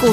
股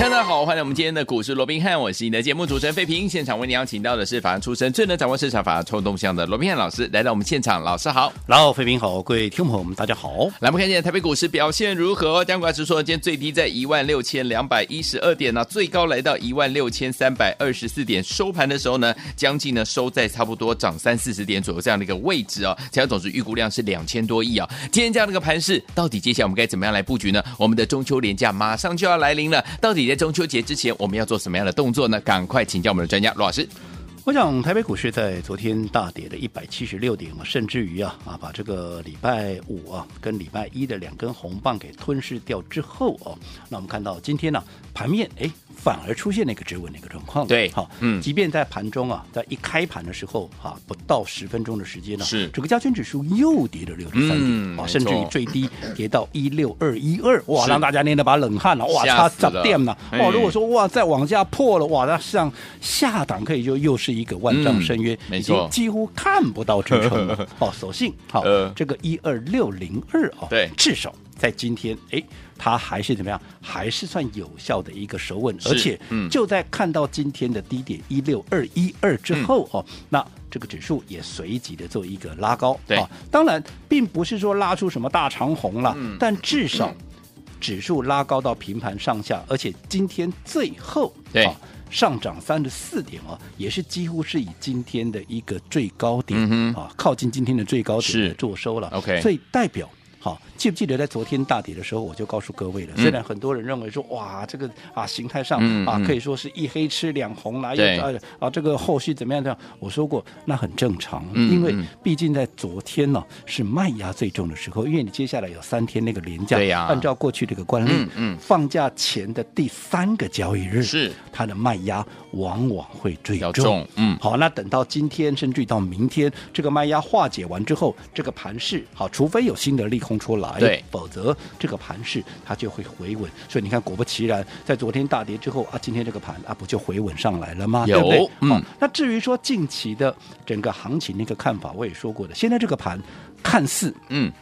大家好，欢迎我们今天的股市罗宾汉，我是你的节目主持人费平。现场为你邀请到的是法案出身、最能掌握市场法案冲动向的罗宾汉老师，来到我们现场。老师好，然后，飞平好，各位听众朋友们，大家好。来我们看一下台北股市表现如何？加权指数呢今天最低在一万六千两百一十二点呢、最高来到一万六千三百二十四点，收盘的时候呢，将近呢收在差不多涨三四十点左右这样的一个位置哦。成交总值预估量是两千多亿啊、今天这样的一个盘势，到底接下来我们该怎么样来布局呢？我们的中秋连假马上就要来临了，到底在中秋节之前我们要做什么样的动作呢？赶快请教我们的专家罗老师。我想台北股市在昨天大跌了一百七十六点啊，甚至于啊啊，把这个礼拜五啊跟礼拜一的两根红棒给吞噬掉之后哦、那我们看到今天呢、盘面哎反而出现了一个止稳的一个状况了。对好，嗯即便在盘中啊，在一开盘的时候啊，不到十分钟的时间呢、是整个加权指数又跌了六十三嗯点啊，甚至没于错最低跌到一六二一二，哇，是让大家捏了把冷汗了，啊哇，吓差死了十点了，哎哇，如果说哇再往下破了，哇，那像下档可以就又是一个万丈深渊，嗯没已经错几乎看不到支 撑了。哦，所幸好、呃这个一二六零二哦，对至少在今天，哎，它还是怎么样？还是算有效的一个首稳，而且嗯就在看到今天的低点一六二一二之嗯后、哦，那。这个指数也随即的做一个拉高，对啊当然并不是说拉出什么大长虹了，嗯但至少指数拉高到平盘上下，而且今天最后对啊上涨三十四点哦，也是几乎是以今天的一个最高点、嗯啊，靠近今天的最高点是来做收了。 OK 所以代表。好，记不记得在昨天大跌的时候，我就告诉各位了。虽然很多人认为说，哇，这个啊形态上、嗯啊嗯可以说是一黑吃两红啦，又对啊啊这个后续怎么样怎么样？我说过，那很正常，啊嗯因为嗯毕竟在昨天呢、是卖压最重的时候，因为你接下来有三天那个连假，对呀按照过去这个惯例，嗯嗯放假前的第三个交易日是它的卖压往往会最比较重。重嗯好，那等到今天甚至到明天，这个卖压化解完之后，这个盘势好，除非有新的利空出来，对否则这个盘势它就会回稳。所以你看，果不其然，在昨天大跌之后啊，今天这个盘啊不就回稳上来了吗？有对不对？嗯好那至于说近期的整个行情的一个看法，我也说过的，现在这个盘看似嗯，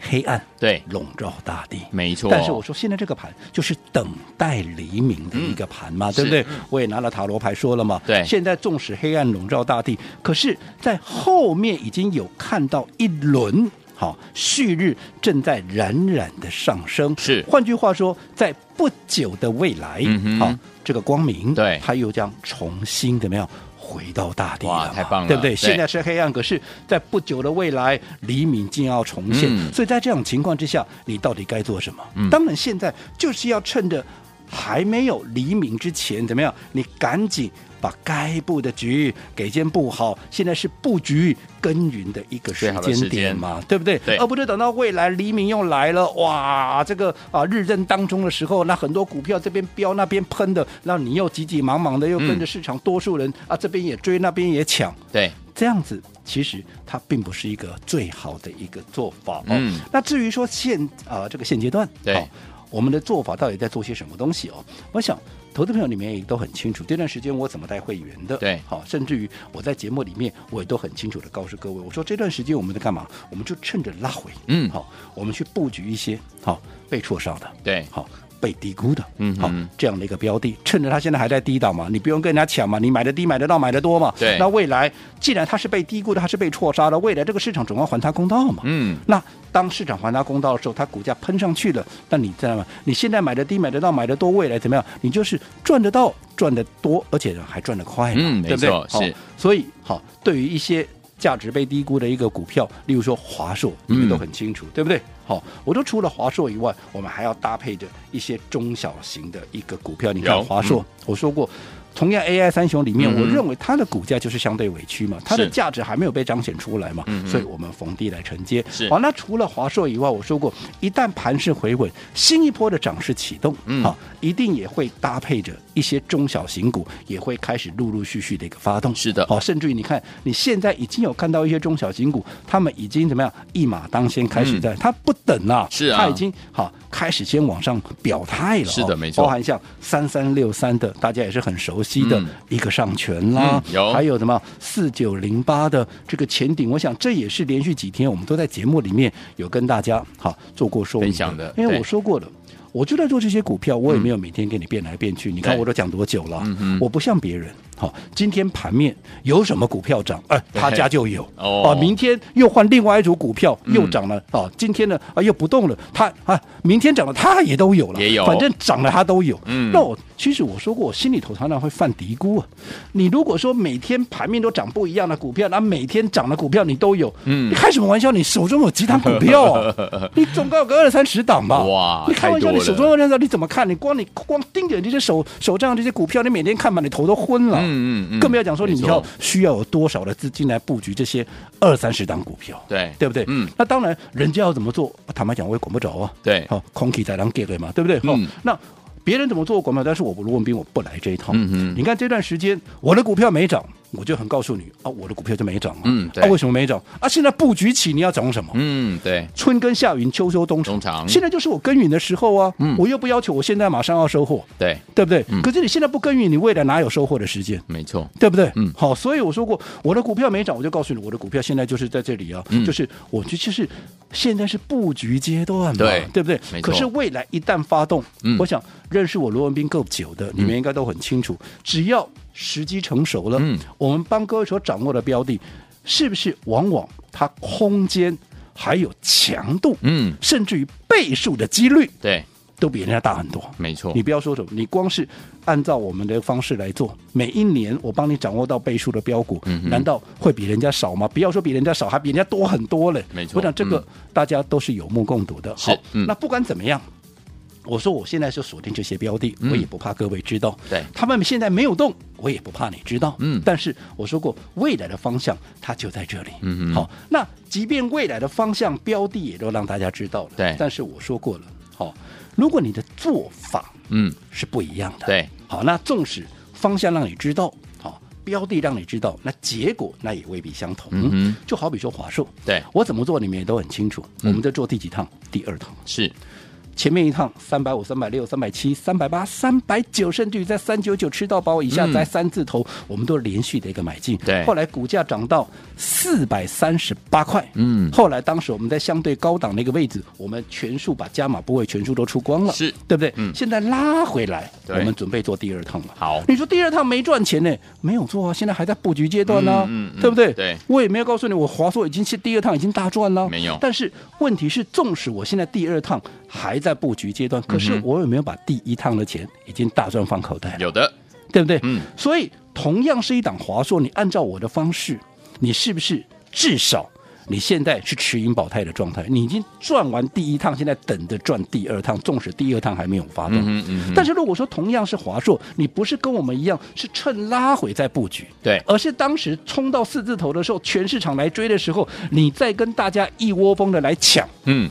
黑暗对，笼罩大地，没错。但是我说现在这个盘就是等待黎明的一个盘嘛，对不对嗯是？我也拿了塔罗牌说了嘛，对现在纵使黑暗笼罩大地，可是，在后面已经有看到一轮。好，旭日正在冉冉的上升。是换句话说，在不久的未来，嗯哼好，这个光明，对它又将重新怎么样回到大地哇了嘛太棒了对不对？对现在是黑暗，可是，在不久的未来，黎明竟要重现。嗯所以在这种情况之下，你到底该做什么？当然，现在就是要趁着还没有黎明之前，怎么样？你赶紧把该布的局给先布好。现在是布局耕耘的一个时最好的时间间点嘛，对不对？对而不是等到未来黎明又来了，哇，这个啊日正当中的时候，那很多股票这边飙那边喷的，那你又急急忙忙的又跟嗯着市场多数人、啊这边也追那边也抢，对，这样子其实它并不是一个最好的一个做法哦。嗯那至于说现啊、这个现阶段，对好我们的做法到底在做些什么东西哦？我想投资朋友里面也都很清楚，这段时间我怎么带会员的，对好，甚至于我在节目里面我也都很清楚的告诉各位，我说这段时间我们在干嘛？我们就趁着拉回，嗯好，我们去布局一些好被错杀的，对好。被低估的，嗯好哼这样的一个标的，趁着它现在还在低档嘛，你不用跟人家抢嘛，你买的低，买得到，买得多嘛。对那未来既然它是被低估的，它是被错杀的，未来这个市场总要还它公道嘛。嗯，那当市场还它公道的时候，它股价喷上去了，那你知道吗？你现在买的低，买得到，买得多，未来怎么样？你就是赚得到，赚得多，而且呢还赚得快嘛，嗯对不对？没错好是所以好，对于一些价值被低估的一个股票，例如说华硕，你嗯们都很清楚，对不对？好，我说除了华硕以外，我们还要搭配着一些中小型的一个股票。你看有华硕，我说过。同样 AI 三雄里面，嗯哼我认为它的股价就是相对委屈嘛，它的是价值还没有被彰显出来嘛嗯，哼所以我们逢低来承接。是好，那除了华硕以外，我说过，一旦盘势回稳，新一波的涨势启动，嗯好，一定也会搭配着一些中小型股也会开始陆陆续续的一个发动。是的好，甚至于你看，你现在已经有看到一些中小型股，他们已经怎么样一马当先开嗯始在，它不等啊，是啊它已经好开始先往上表态了哦。是的没错包含像三三六三的，大家也是很熟悉的嗯一个上权啦，嗯有还有什么四九零八的这个前顶，我想这也是连续几天我们都在节目里面有跟大家好做过说明分享的因为对我说过了。我就在做这些股票，我也没有每天给你变来变去。你看对我都讲多久了嗯哼？我不像别人，好、今天盘面有什么股票涨，哎、他家就有 哦啊明天又换另外一组股票嗯又涨了、啊，今天呢啊又不动了，他啊明天涨了他也都有了，也有反 正涨了他都有。嗯那我其实我说过，我心里头常常会犯嘀咕啊。你如果说每天盘面都涨不一样的股票，那每天涨的股票你都有，嗯你开什么玩笑？你手中有几档股票 啊？你总共有个二三十档吧？哇你开太玩笑，多你了手中有二三十档，你怎么看？你光你光盯着这些手手账这些股票，你每天看吧，你头都昏了。嗯嗯嗯更不要讲说没你错要需要有多少的资金来布局这些二三十档股票，对对不对？嗯，那当然，人家要怎么做，坦白讲我也管不着啊。对好、空气才能给对嘛，对不对？好、哎嗯那。别人怎么做我管不了，但是我不罗文斌我不来这一套。嗯哼你看这段时间我的股票没涨，我就很告诉你啊，我的股票就没涨啊。嗯对啊，为什么没涨？啊，现在布局起，你要掌握什么？嗯，对，春耕夏耘，秋收冬藏。冬藏现在就是我耕耘的时候啊。嗯我又不要求我现在马上要收获，对，对不对？嗯可是你现在不耕耘，你未来哪有收获的时间？没错，对不对？嗯好，所以我说过，我的股票没涨，我就告诉你，我的股票现在就是在这里啊，嗯就是我就就是现在是布局阶段嘛，对不对没？错可是未来一旦发动，嗯我想认识我罗文斌够久的，你们应该都很清楚，只要时机成熟了，嗯我们帮各位所掌握的标的，是不是往往它空间还有强度，嗯，甚至于倍数的几率对，都比人家大很多？没错你，不要说什么，你光是按照我们的方式来做，每一年我帮你掌握到倍数的标股，嗯哼难道会比人家少吗？不要说比人家少，还比人家多很多嘞。没错我想这个嗯大家都是有目共睹的。是好，嗯那不管怎么样。我说我现在就锁定这些标的，嗯我也不怕各位知道。对他们现在没有动，我也不怕你知道。嗯但是我说过，未来的方向它就在这里。嗯哼好，那即便未来的方向标的也都让大家知道了。对但是我说过了，好、如果你的做法嗯，是不一样的。对，好，那纵使方向让你知道，好标的让你知道，那结果那也未必相同。嗯哼嗯就好比说华硕，对，我怎么做你们也都很清楚。我们在做第几趟？第二趟，是，前面一趟三百五、三百六、三百七、三百八、三百九，甚至于在三九九吃到饱以下，嗯在三字头，我们都连续的一个买进。对后来股价涨到四百三十八块。嗯，后来当时我们在相对高档的一个位置，我们全数把加码部位全数都出光了，是对不对？嗯现在拉回来，我对们准备做第二趟了。好，你说第二趟没赚钱呢？没有做啊，现在还在布局阶段呢、啊嗯嗯嗯对不对？对我也没有告诉你，我华硕已经是第二趟已经大赚了，没有但是问题是，纵使我现在第二趟还在布局阶段，可是嗯哼我有没有把第一趟的钱已经大赚放口袋了？有的，对不对？嗯，所以同样是一档华硕，你按照我的方式，你是不是至少你现在是持盈保泰的状态？你已经赚完第一趟，现在等着赚第二趟，纵使第二趟还没有发动。嗯哼嗯哼，但是如果说同样是华硕，你不是跟我们一样是趁拉回再布局，对，而是当时冲到四字头的时候，全市场来追的时候，你再跟大家一窝蜂的来抢，嗯，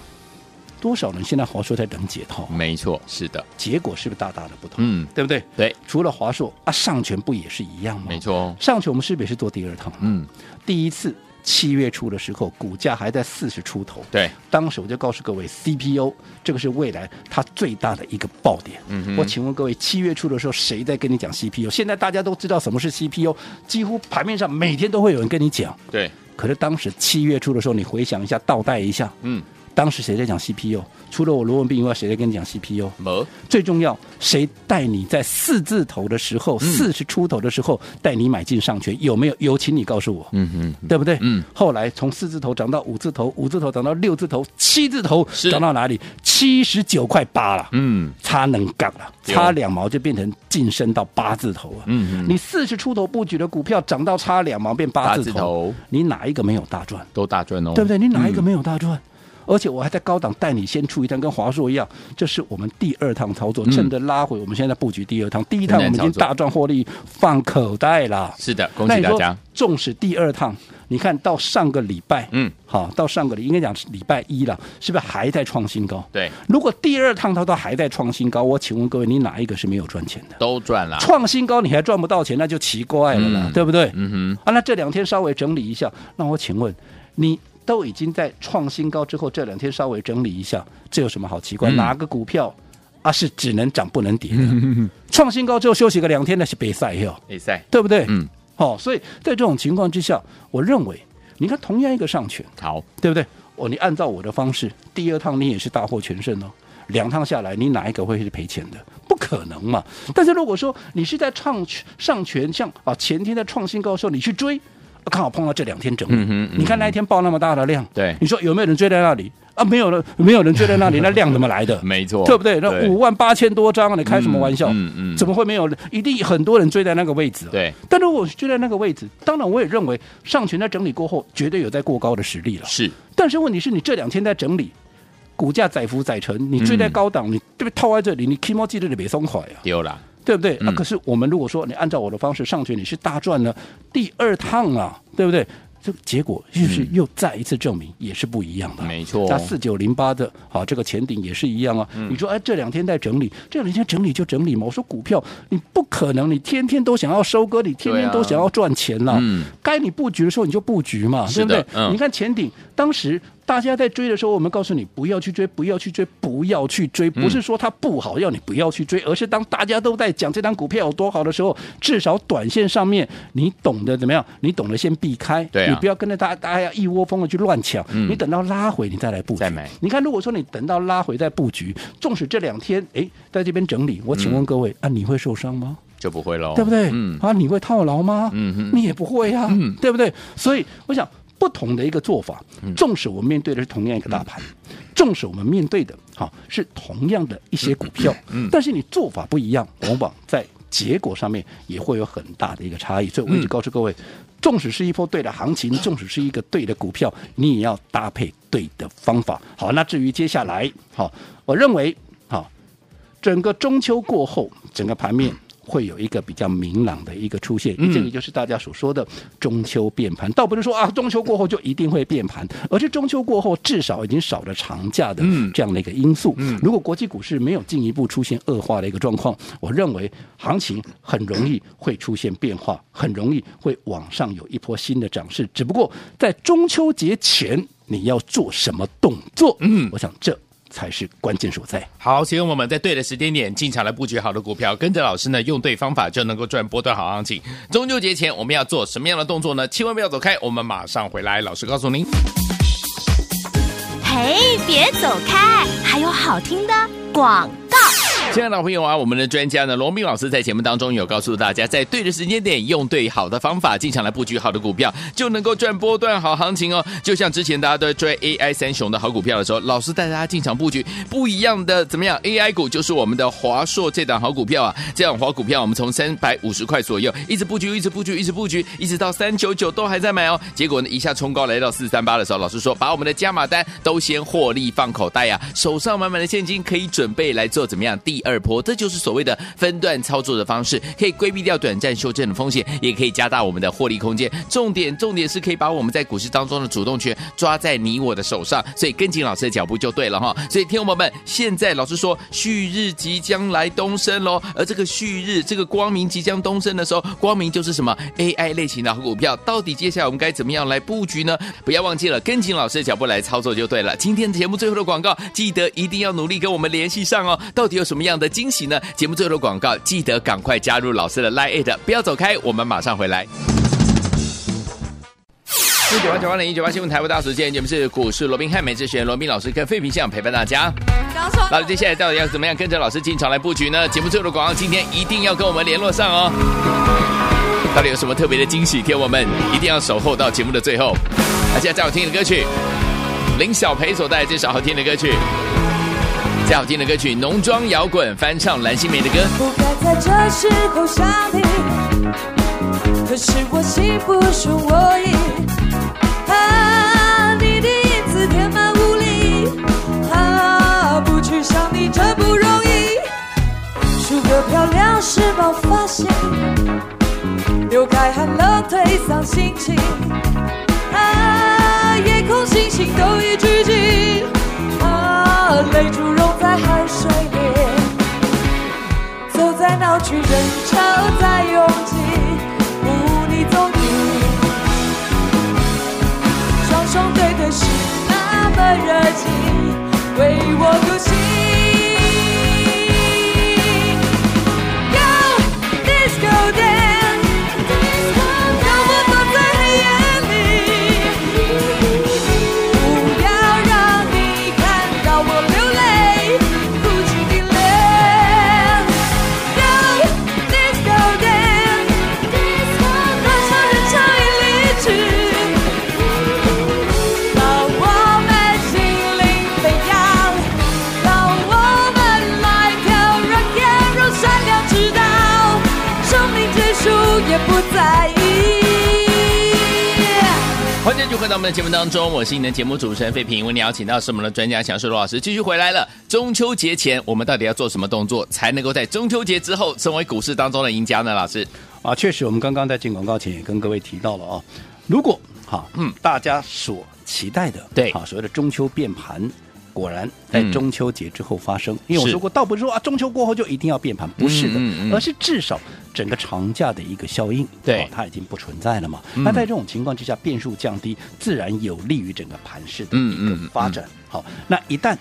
多少人现在华硕在等解套，没错，是的，结果是不是大大的不同？嗯，对不对？对，除了华硕啊，上权不也是一样吗？没错哦，上去我们是不是也是做第二趟？嗯，第一次七月初的时候，股价还在四十出头。对，当时我就告诉各位，CPU 这个是未来它最大的一个爆点。嗯哼我请问各位，七月初的时候谁在跟你讲 CPU？现在大家都知道什么是 CPU，几乎盘面上每天都会有人跟你讲。对，可是当时七月初的时候，你回想一下，倒带一下，嗯，当时谁在讲 CPU？除了我罗文斌以外，谁在跟你讲 CPU？没，最重要，谁带你在四字头的时嗯候，四十、出头的时候带你买进上权，有没有？有，请你告诉我，嗯哼，对不对？嗯。后来从四字头涨到五字头，五字头涨到六字头，七字头是涨到哪里？七十九块八了。嗯，差能杠了，有差两毛就变成晋升到八字头啊！嗯嗯你四十出头布局的股票涨到差两毛变八字八字头头，你哪一个没有大赚？都大赚哦，对不对？你哪一个嗯没有大赚？而且我还在高档带你先出一趟，跟华硕一样，这是我们第二趟操作，嗯趁着拉回，我们现在布局第二趟，第一趟我们已经大赚获利，放口袋啦。是的，恭那喜你大说家。纵使第二趟，你看到上个礼拜，嗯，好，到上个礼应该讲是礼拜一了，是不是还在创新高？对，如果第二趟它都还在创新高，我请问各位，你哪一个是没有赚钱的？都赚了。创新高你还赚不到钱，那就奇怪了啦，啊嗯对不对？嗯哼，啊，那这两天稍微整理一下，那我请问你。都已经在创新高之后，这两天稍微整理一下，这有什么好奇怪？嗯哪个股票啊是只能涨不能跌 的？创新高之后休息个两天，那是别赛哟，比赛，对不对？嗯，好、所以在这种情况之下，我认为，你看同样一个上权，好，对不对？哦，你按照我的方式，第二趟你也是大获全胜哦。两趟下来，你哪一个会是赔钱的？不可能嘛！但是如果说你是在创上权像啊前天在创新高的时候，你去追，啊刚好碰到这两天整理，嗯哼嗯哼你看那一天爆那么大的量，对你说有没有人追在那里啊？没有了，没有人追在那里，那 量怎么 来的？没错，对不对？那五万八千多张，你开什么玩笑？嗯嗯嗯怎么会没有人？一定很多人追在那个位置、啊。对，但如果我追在那个位置，当然我也认为上权在整理过后，绝对有在过高的实力了。是但是问题是你这两天在整理，股价载浮载沉，你追在高档，你对不对？套在这里，你 K 猫记得你别松垮呀，丢了，对不对？嗯啊，可是我们如果说你按照我的方式上去，你是大赚了第二趟啊，对不对？这个结果就是又再一次证明，也是不一样的啊。没错那，四九零八的，好，这个前顶也是一样啊。嗯你说，哎，这两天在整理，这两天整理就整理嘛。我说股票，你不可能，你天天都想要收割，你天对天啊都想要赚钱啦、嗯该你布局的时候你就布局嘛，是对不对的？嗯你看前顶当时大家在追的时候，我们告诉你不要去追，不要去追，不要去追，不是说它不好要你不要去追，而是当大家都在讲这张股票有多好的时候，至少短线上面你懂得怎么样，你懂得先避开，对啊嗯你不要跟着大大家一窝蜂的去乱抢，你等到拉回你再来布局。再买你看，如果说你等到拉回再布局，纵使这两天哎在这边整理，我请问嗯各位、啊，你会受伤吗？就不会喽，对不对？嗯，啊，你会套牢吗？嗯哼你也不会呀、嗯对不对？所以我想，不同的一个做法，纵使我们面对的是同样一个大盘，嗯纵使我们面对的好、是同样的一些股票，嗯但是你做法不一样，往往在结果上面也会有很大的一个差异。所以嗯我一直告诉各位。纵使是一波对的行情，纵使是一个对的股票，你也要搭配对的方法。好，那至于接下来，好，我认为，好，整个中秋过后，整个盘面会有一个比较明朗的一个出现，嗯这个就是大家所说的中秋变盘。倒不是说啊，中秋过后就一定会变盘，而是中秋过后至少已经少了长假的嗯这样的一个因素。嗯如果国际股市没有进一步出现恶化的一个状况，我认为行情很容易会出现变化，很容易会往上有一波新的涨势。只不过在中秋节前，你要做什么动作？嗯，我想这才是关键所在。好，请我们在对的时间点进场来布局好的股票，跟着老师呢，用对方法就能够赚波段好行情。中秋节前我们要做什么样的动作呢？千万不要走开，我们马上回来。老师告诉您。嘿，别走开，还有好听的广告。 亲爱的朋友啊，我们的专家呢，罗明老师在节目当中有告诉大家，在对的时间点，用对好的方法进场来布局好的股票，就能够赚波段好行情哦。就像之前大家都在追 AI 三雄的好股票的时候，老师带大家进场布局不一样的怎么样 AI 股，就是我们的华硕这档好股票啊。这档好股票我们从三百五十块左右一直布局，一直布局，一直布局，一直到三九九都还在买哦。结果呢，一下冲高来到四三八的时候，老师说把我们的加码单都先获利放口袋啊，手上满满的现金可以准备来做怎么样第二波，这就是所谓的分段操作的方式，可以规避掉短暂修正的风险，也可以加大我们的获利空间。重点重点是可以把我们在股市当中的主动权抓在你我的手上，所以跟紧老师的脚步就对了哈。所以听众朋友们，现在老师说旭日即将来东升喽，而这个旭日这个光明即将东升的时候，光明就是什么 AI 类型的好股票，到底接下来我们该怎么样来布局呢？不要忘记了跟紧老师的脚步来操作就对了。今天节目最后的广告，记得一定要努力跟我们联系上哦。到底有什么样的惊喜呢？节目最后的广告，记得赶快加入老师的 Line It，不要走开，我们马上回来。九八九八零一九八新闻台为大家所见，节目是股市罗宾汉美之选，罗宾老师跟费平相陪伴大家。老师接下来到底要怎么样跟着老师进场来布局呢？节目最后的广告，今天一定要跟我们联络上哦。到底有什么特别的惊喜，给我们一定要守候到节目的最后。那现在最好听的歌曲，林小培所带来这首好听的歌曲，最好听的歌曲《浓妆摇滚》，翻唱蓝心湄的歌。不该在这时候想你，可是我心不顺我意。啊，你的影子填满屋里，的漂亮时髦发型，扭开寒冷颓丧心情。啊，夜空星星都已聚集，啊，泪珠融在汗水里。走在闹区，人潮在拥挤，无你踪影。双双对对是那么热情，为我鼓心。Go disco dance，让我躲在黑夜里，不要让你看到我流泪，哭泣的脸。Go disco dance，让潮人潮已离去。让我们心灵飞扬，让我们来跳热天如闪亮，直到生命结束也不在意。欢迎继续回到我们的节目当中，我是你的节目主持人费平。为你邀请到是我们的专家强硕罗老师，继续回来了。中秋节前，我们到底要做什么动作，才能够在中秋节之后成为股市当中的赢家呢？老师，啊，确实，我们刚刚在进广告前也跟各位提到了啊，如果哈，嗯，大家所期待的，对啊，所谓的中秋变盘。果然在嗯中秋节之后发生，因为我是说过，倒不是说啊中秋过后就一定要变盘，不是的，嗯嗯嗯而是至少整个长假的一个效应，对嗯啊它已经不存在了嘛。那在这种情况之下，变数降低，自然有利于整个盘势的一嗯个嗯嗯发展。好，那一旦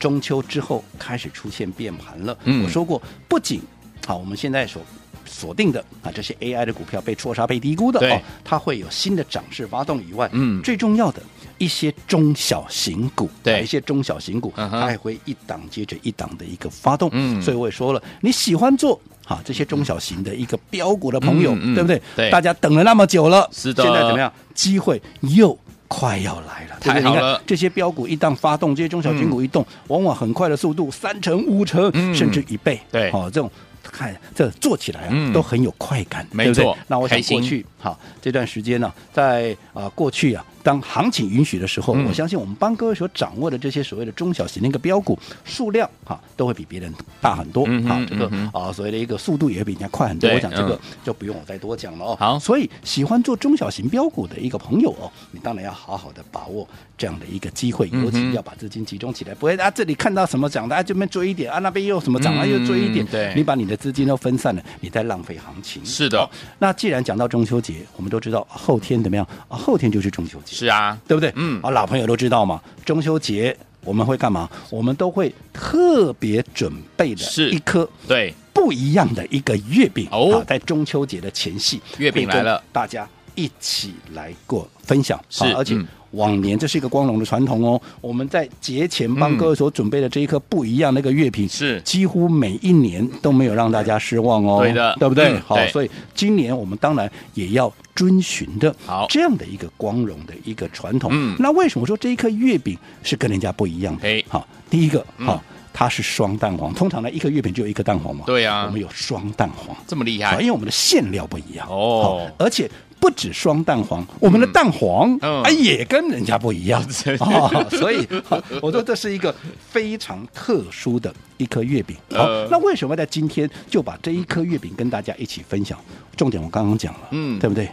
中秋之后开始出现变盘了，嗯我说过，不仅好，我们现在所锁定的啊这些 AI 的股票被错杀、被低估的对哦，它会有新的涨势发动以外，嗯最重要的一些中小型股，对啊一些中小型股，嗯哼它也会一档接着一档的一个发动，嗯所以我也说了，你喜欢做。啊，这些中小型的一个标股的朋友，嗯嗯对不对？对大家等了那么久了，是的现在怎么样？机会又快要来了，对不对太好你看了这些标股一旦发动，这些中小型股一动，往往很快的速度，三成、五成，嗯甚至一倍，对哦，这种看这做起来啊，嗯都很有快感，没对不对错那我想开心过去好这段时间呢、在啊、过去啊，当行情允许的时候，嗯我相信我们帮各位所掌握的这些所谓的中小型的一个标股数量哈、都会比别人大很多，嗯哼啊，这个啊、嗯所谓的一个速度也会比人家快很多。对我想这个嗯就不用我再多讲了哦。好所以喜欢做中小型标股的一个朋友哦，你当然要好好的把握这样的一个机嗯会，尤其要把资金集中起来，不会啊这里看到什么涨的啊这边追一点啊那边又有什么涨啊嗯又追一点，对你把你的资金都分散了，你在浪费行情。哦是的好那既然讲到中秋节，我们都知道啊后天怎么样啊？后天就是中秋节，是啊，对不对？嗯啊，老朋友都知道嘛，中秋节我们会干嘛？我们都会特别准备的是一颗对，不一样的一个月饼哦啊在中秋节的前夕，月饼来了，大家一起来过分享，是啊而且嗯。往年这是一个光荣的传统哦，我们在节前帮嗯各位所准备的这一颗不一样的一个月饼，是几乎每一年都没有让大家失望哦，对的对不对？嗯好对，所以今年我们当然也要遵循的好这样的一个光荣的一个传统。嗯那为什么说这一颗月饼是跟人家不一样的？哎好，第一个好。嗯它是双蛋黄，通常呢一个月饼就有一个蛋黄嘛。对啊我们有双蛋黄，这么厉啊，害因，为我们的馅料不一样哦好而且不止双蛋黄，我们的蛋黄嗯啊也跟人家不一 样真的哦，所以哈我说这是一个非常特殊的一颗月饼。好呃，那为什么在今天就把这一颗月饼跟大家一起分享？重点我刚刚讲了，嗯对不对？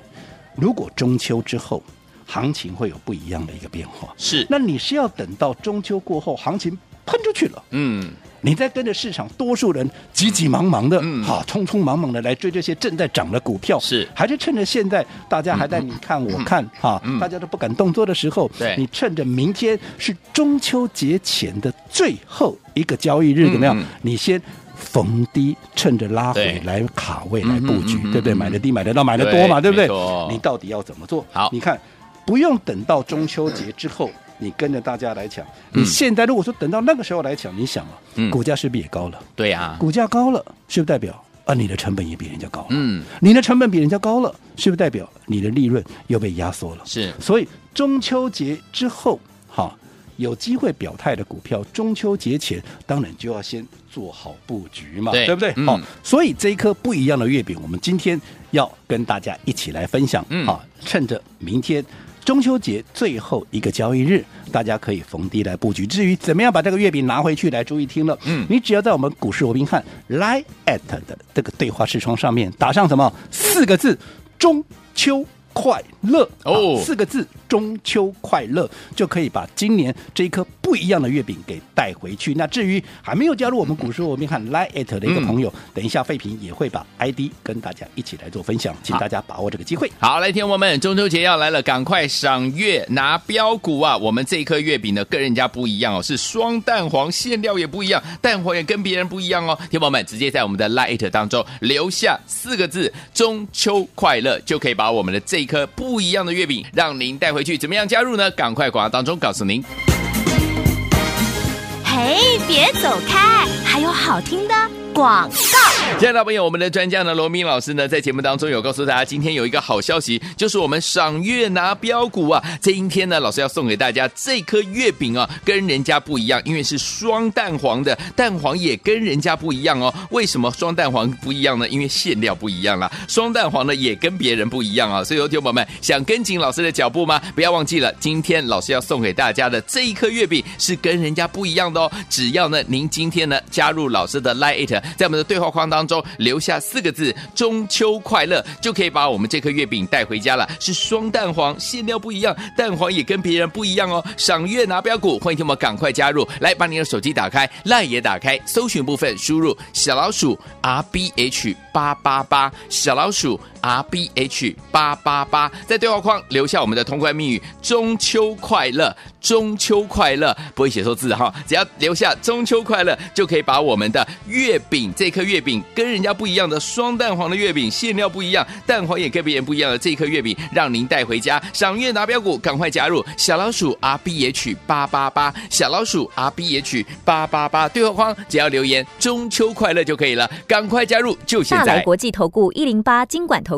如果中秋之后。行情会有不一样的一个变化，是，那你是要等到中秋过后，行情喷出去了，嗯，你在跟着市场多数人急急忙忙的，嗯好、匆匆忙忙的来追这些正在涨的股票，是还是趁着现在大家还在你看我看哈、嗯大家都不敢动作的时候，对你趁着明天是中秋节前的最后一个交易日，嗯怎么样？嗯你先。逢低趁着拉对回来卡位来布局嗯嗯嗯，对不对？嗯买的低，买得到，买的对多嘛，对不没对错？你到底要怎么做？好你看，不用等到中秋节之后，你跟着大家来抢。你现在如果说等到那个时候来抢，你想啊，嗯股价是不是也高了？对啊，股价高了，是不是代表啊你的成本也比人家高了？嗯，你的成本比人家高了，是不是代表你的利润又被压缩了？是所以中秋节之后，哈，有机会表态的股票，中秋节前当然就要先做好布局嘛，对不对？嗯好，所以这一颗不一样的月饼，我们今天要跟大家一起来分享，嗯啊，趁着明天。中秋节最后一个交易日，大家可以逢低来布局。至于怎么样把这个月饼拿回去，来注意听了，嗯你只要在我们股市罗宾汉 Line at 的这个对话视窗上面打上什么四个字“中秋”。快乐哦啊四个字“中秋快乐”就可以把今年这一颗不一样的月饼给带回去。那至于还没有加入我们股市 罗宾汉 Line at 的一个嗯朋友，等一下废品也会把 ID 跟大家一起来做分享，请大家把握这个机会。好，来，天王们，中秋节要来了，赶快赏月拿标股啊！我们这一颗月饼呢，跟人家不一样哦，是双蛋黄，馅料也不一样，蛋黄也跟别人不一样哦。天王们，直接在我们的 Light 当中留下四个字“中秋快乐”，就可以把我们的这一颗不一样的月饼让您带回去。怎么样加入呢？赶快广告当中告诉您。嘿，别走开，还有好听的广告。亲爱的朋友，我们的专家呢，罗明老师呢，在节目当中有告诉大家，今天啊有一个好消息，就是我们赏月拿标股啊，今天呢，老师要送给大家这颗月饼啊，跟人家不一样，因为是双蛋黄的，蛋黄也跟人家不一样哦。为什么双蛋黄不一样呢？因为馅料不一样啦，双蛋黄呢也跟别人不一样啊。所以，有听众朋友们想跟紧老师的脚步吗？不要忘记了，今天老师要送给大家的这一颗月饼是跟人家不一样的哦。只要呢，您今天呢加入老师的 Line It，在我们的对话框当中留下四个字“中秋快乐”，就可以把我们这颗月饼带回家了。是双蛋黄，馅料不一样，蛋黄也跟别人不一样哦。赏月拿标股，欢迎听我们赶快加入，来把你的手机打开，Line 也打开，搜寻部分输入小老鼠 R B H 八八八，小老鼠 R B H 八八八，在对话框留下我们的通关密语“中秋快乐”。中秋快乐，不会写错字哈，只要留下中秋快乐，就可以把我们的月饼这颗月饼跟人家不一样的双蛋黄的月饼，馅料不一样，蛋黄也跟别人不一样的这颗月饼，让您带回家。赏月拿标股，赶快加入小老鼠 R B H 八八八，小老鼠 R B H 八八八，对话框只要留言中秋快乐就可以了，赶快加入，就现大来在。国际投顾一零八金管投